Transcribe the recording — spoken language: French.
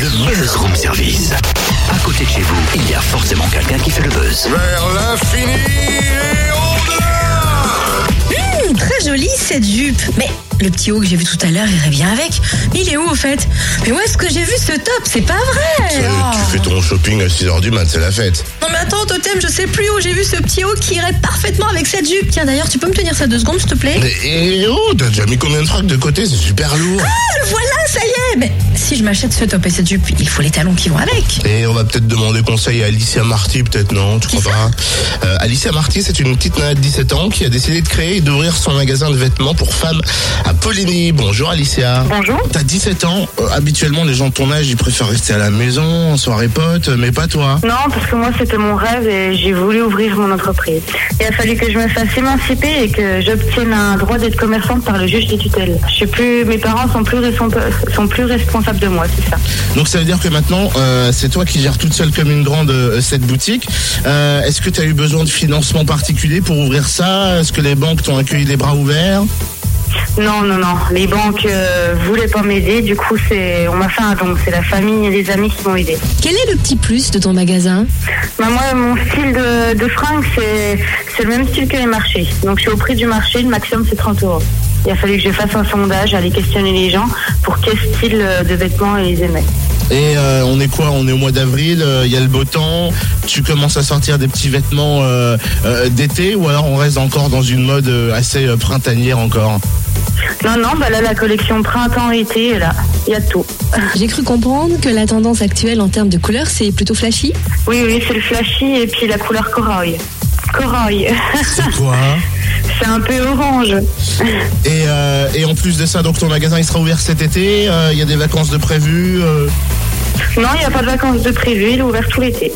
le buzz room service. À côté de chez vous, il y a forcément quelqu'un qui fait le buzz. Vers l'infini et au-delà Hum, très jolie cette jupe. Mais le petit haut que j'ai vu tout à l'heure irait bien avec. Mais il est où au fait Mais où est-ce que j'ai vu ce top C'est pas vrai Euh, Oh. Tu fais ton shopping à 6h du mat, c'est la fête. Non mais attends, totem, je sais plus où j'ai vu ce petit haut qui irait parfaitement avec cette jupe. Tiens d'ailleurs, tu peux me tenir ça deux secondes s'il te plaît Et, et oh, t'as déjà mis combien de frocs de côté C'est super lourd. Ah, le voilà, ça y est Mais si je m'achète ce top et cette jupe, il faut les talons qui vont avec. Et on va peut-être demander conseil à Alicia Marty, peut-être non, tu Qui crois pas Euh, Alicia Marty, c'est une petite nana de 17 ans qui a décidé de créer et d'ouvrir son magasin de vêtements pour femmes à Poligny. Bonjour Alicia. Bonjour. T'as 17 ans, euh, habituellement les gens de ton âge ils préfèrent rester à la maison, en soirée pote, mais pas toi. Non, parce que moi c'était mon rêve et j'ai voulu ouvrir mon entreprise. Il a fallu que je me fasse émanciper et que j'obtienne un droit d'être commerçante par le juge des tutelles. Je suis plus, mes parents sont plus, respons- sont plus responsables de moi, c'est ça. Donc ça veut dire que maintenant euh, c'est toi qui gères toute seule comme une grande euh, cette boutique. Euh, Est-ce que t'as eu besoin de financement particulier pour ouvrir ça Est-ce que les banques t'ont accueilli les bras ouverts Non, non, non. Les banques euh, voulaient pas m'aider, du coup c'est, on m'a fait un don. C'est la famille et les amis qui m'ont aidé. Quel est le petit plus de ton magasin Bah, moi, mon style de, de fringue, c'est, c'est le même style que les marchés. Donc je suis au prix du marché, le maximum c'est 30 euros. Il a fallu que je fasse un sondage, aller questionner les gens pour quel style euh, de vêtements ils aimaient. Et euh, on est quoi On est au mois d'avril, euh, il y a le beau temps, tu commences à sortir des petits vêtements euh, euh, d'été ou alors on reste encore dans une mode euh, assez euh, printanière encore Non, non, bah là, la collection printemps-été, là, il y a tout. Ah. J'ai cru comprendre que la tendance actuelle en termes de couleurs, c'est plutôt flashy. Oui, oui, c'est le flashy et puis la couleur corail. Corail, C'est quoi c'est un peu orange. et, euh, et en plus de ça, donc ton magasin il sera ouvert cet été, euh, il y a des vacances de prévues euh, Non, il n'y a pas de vacances de prévu, il est ouvert tout l'été.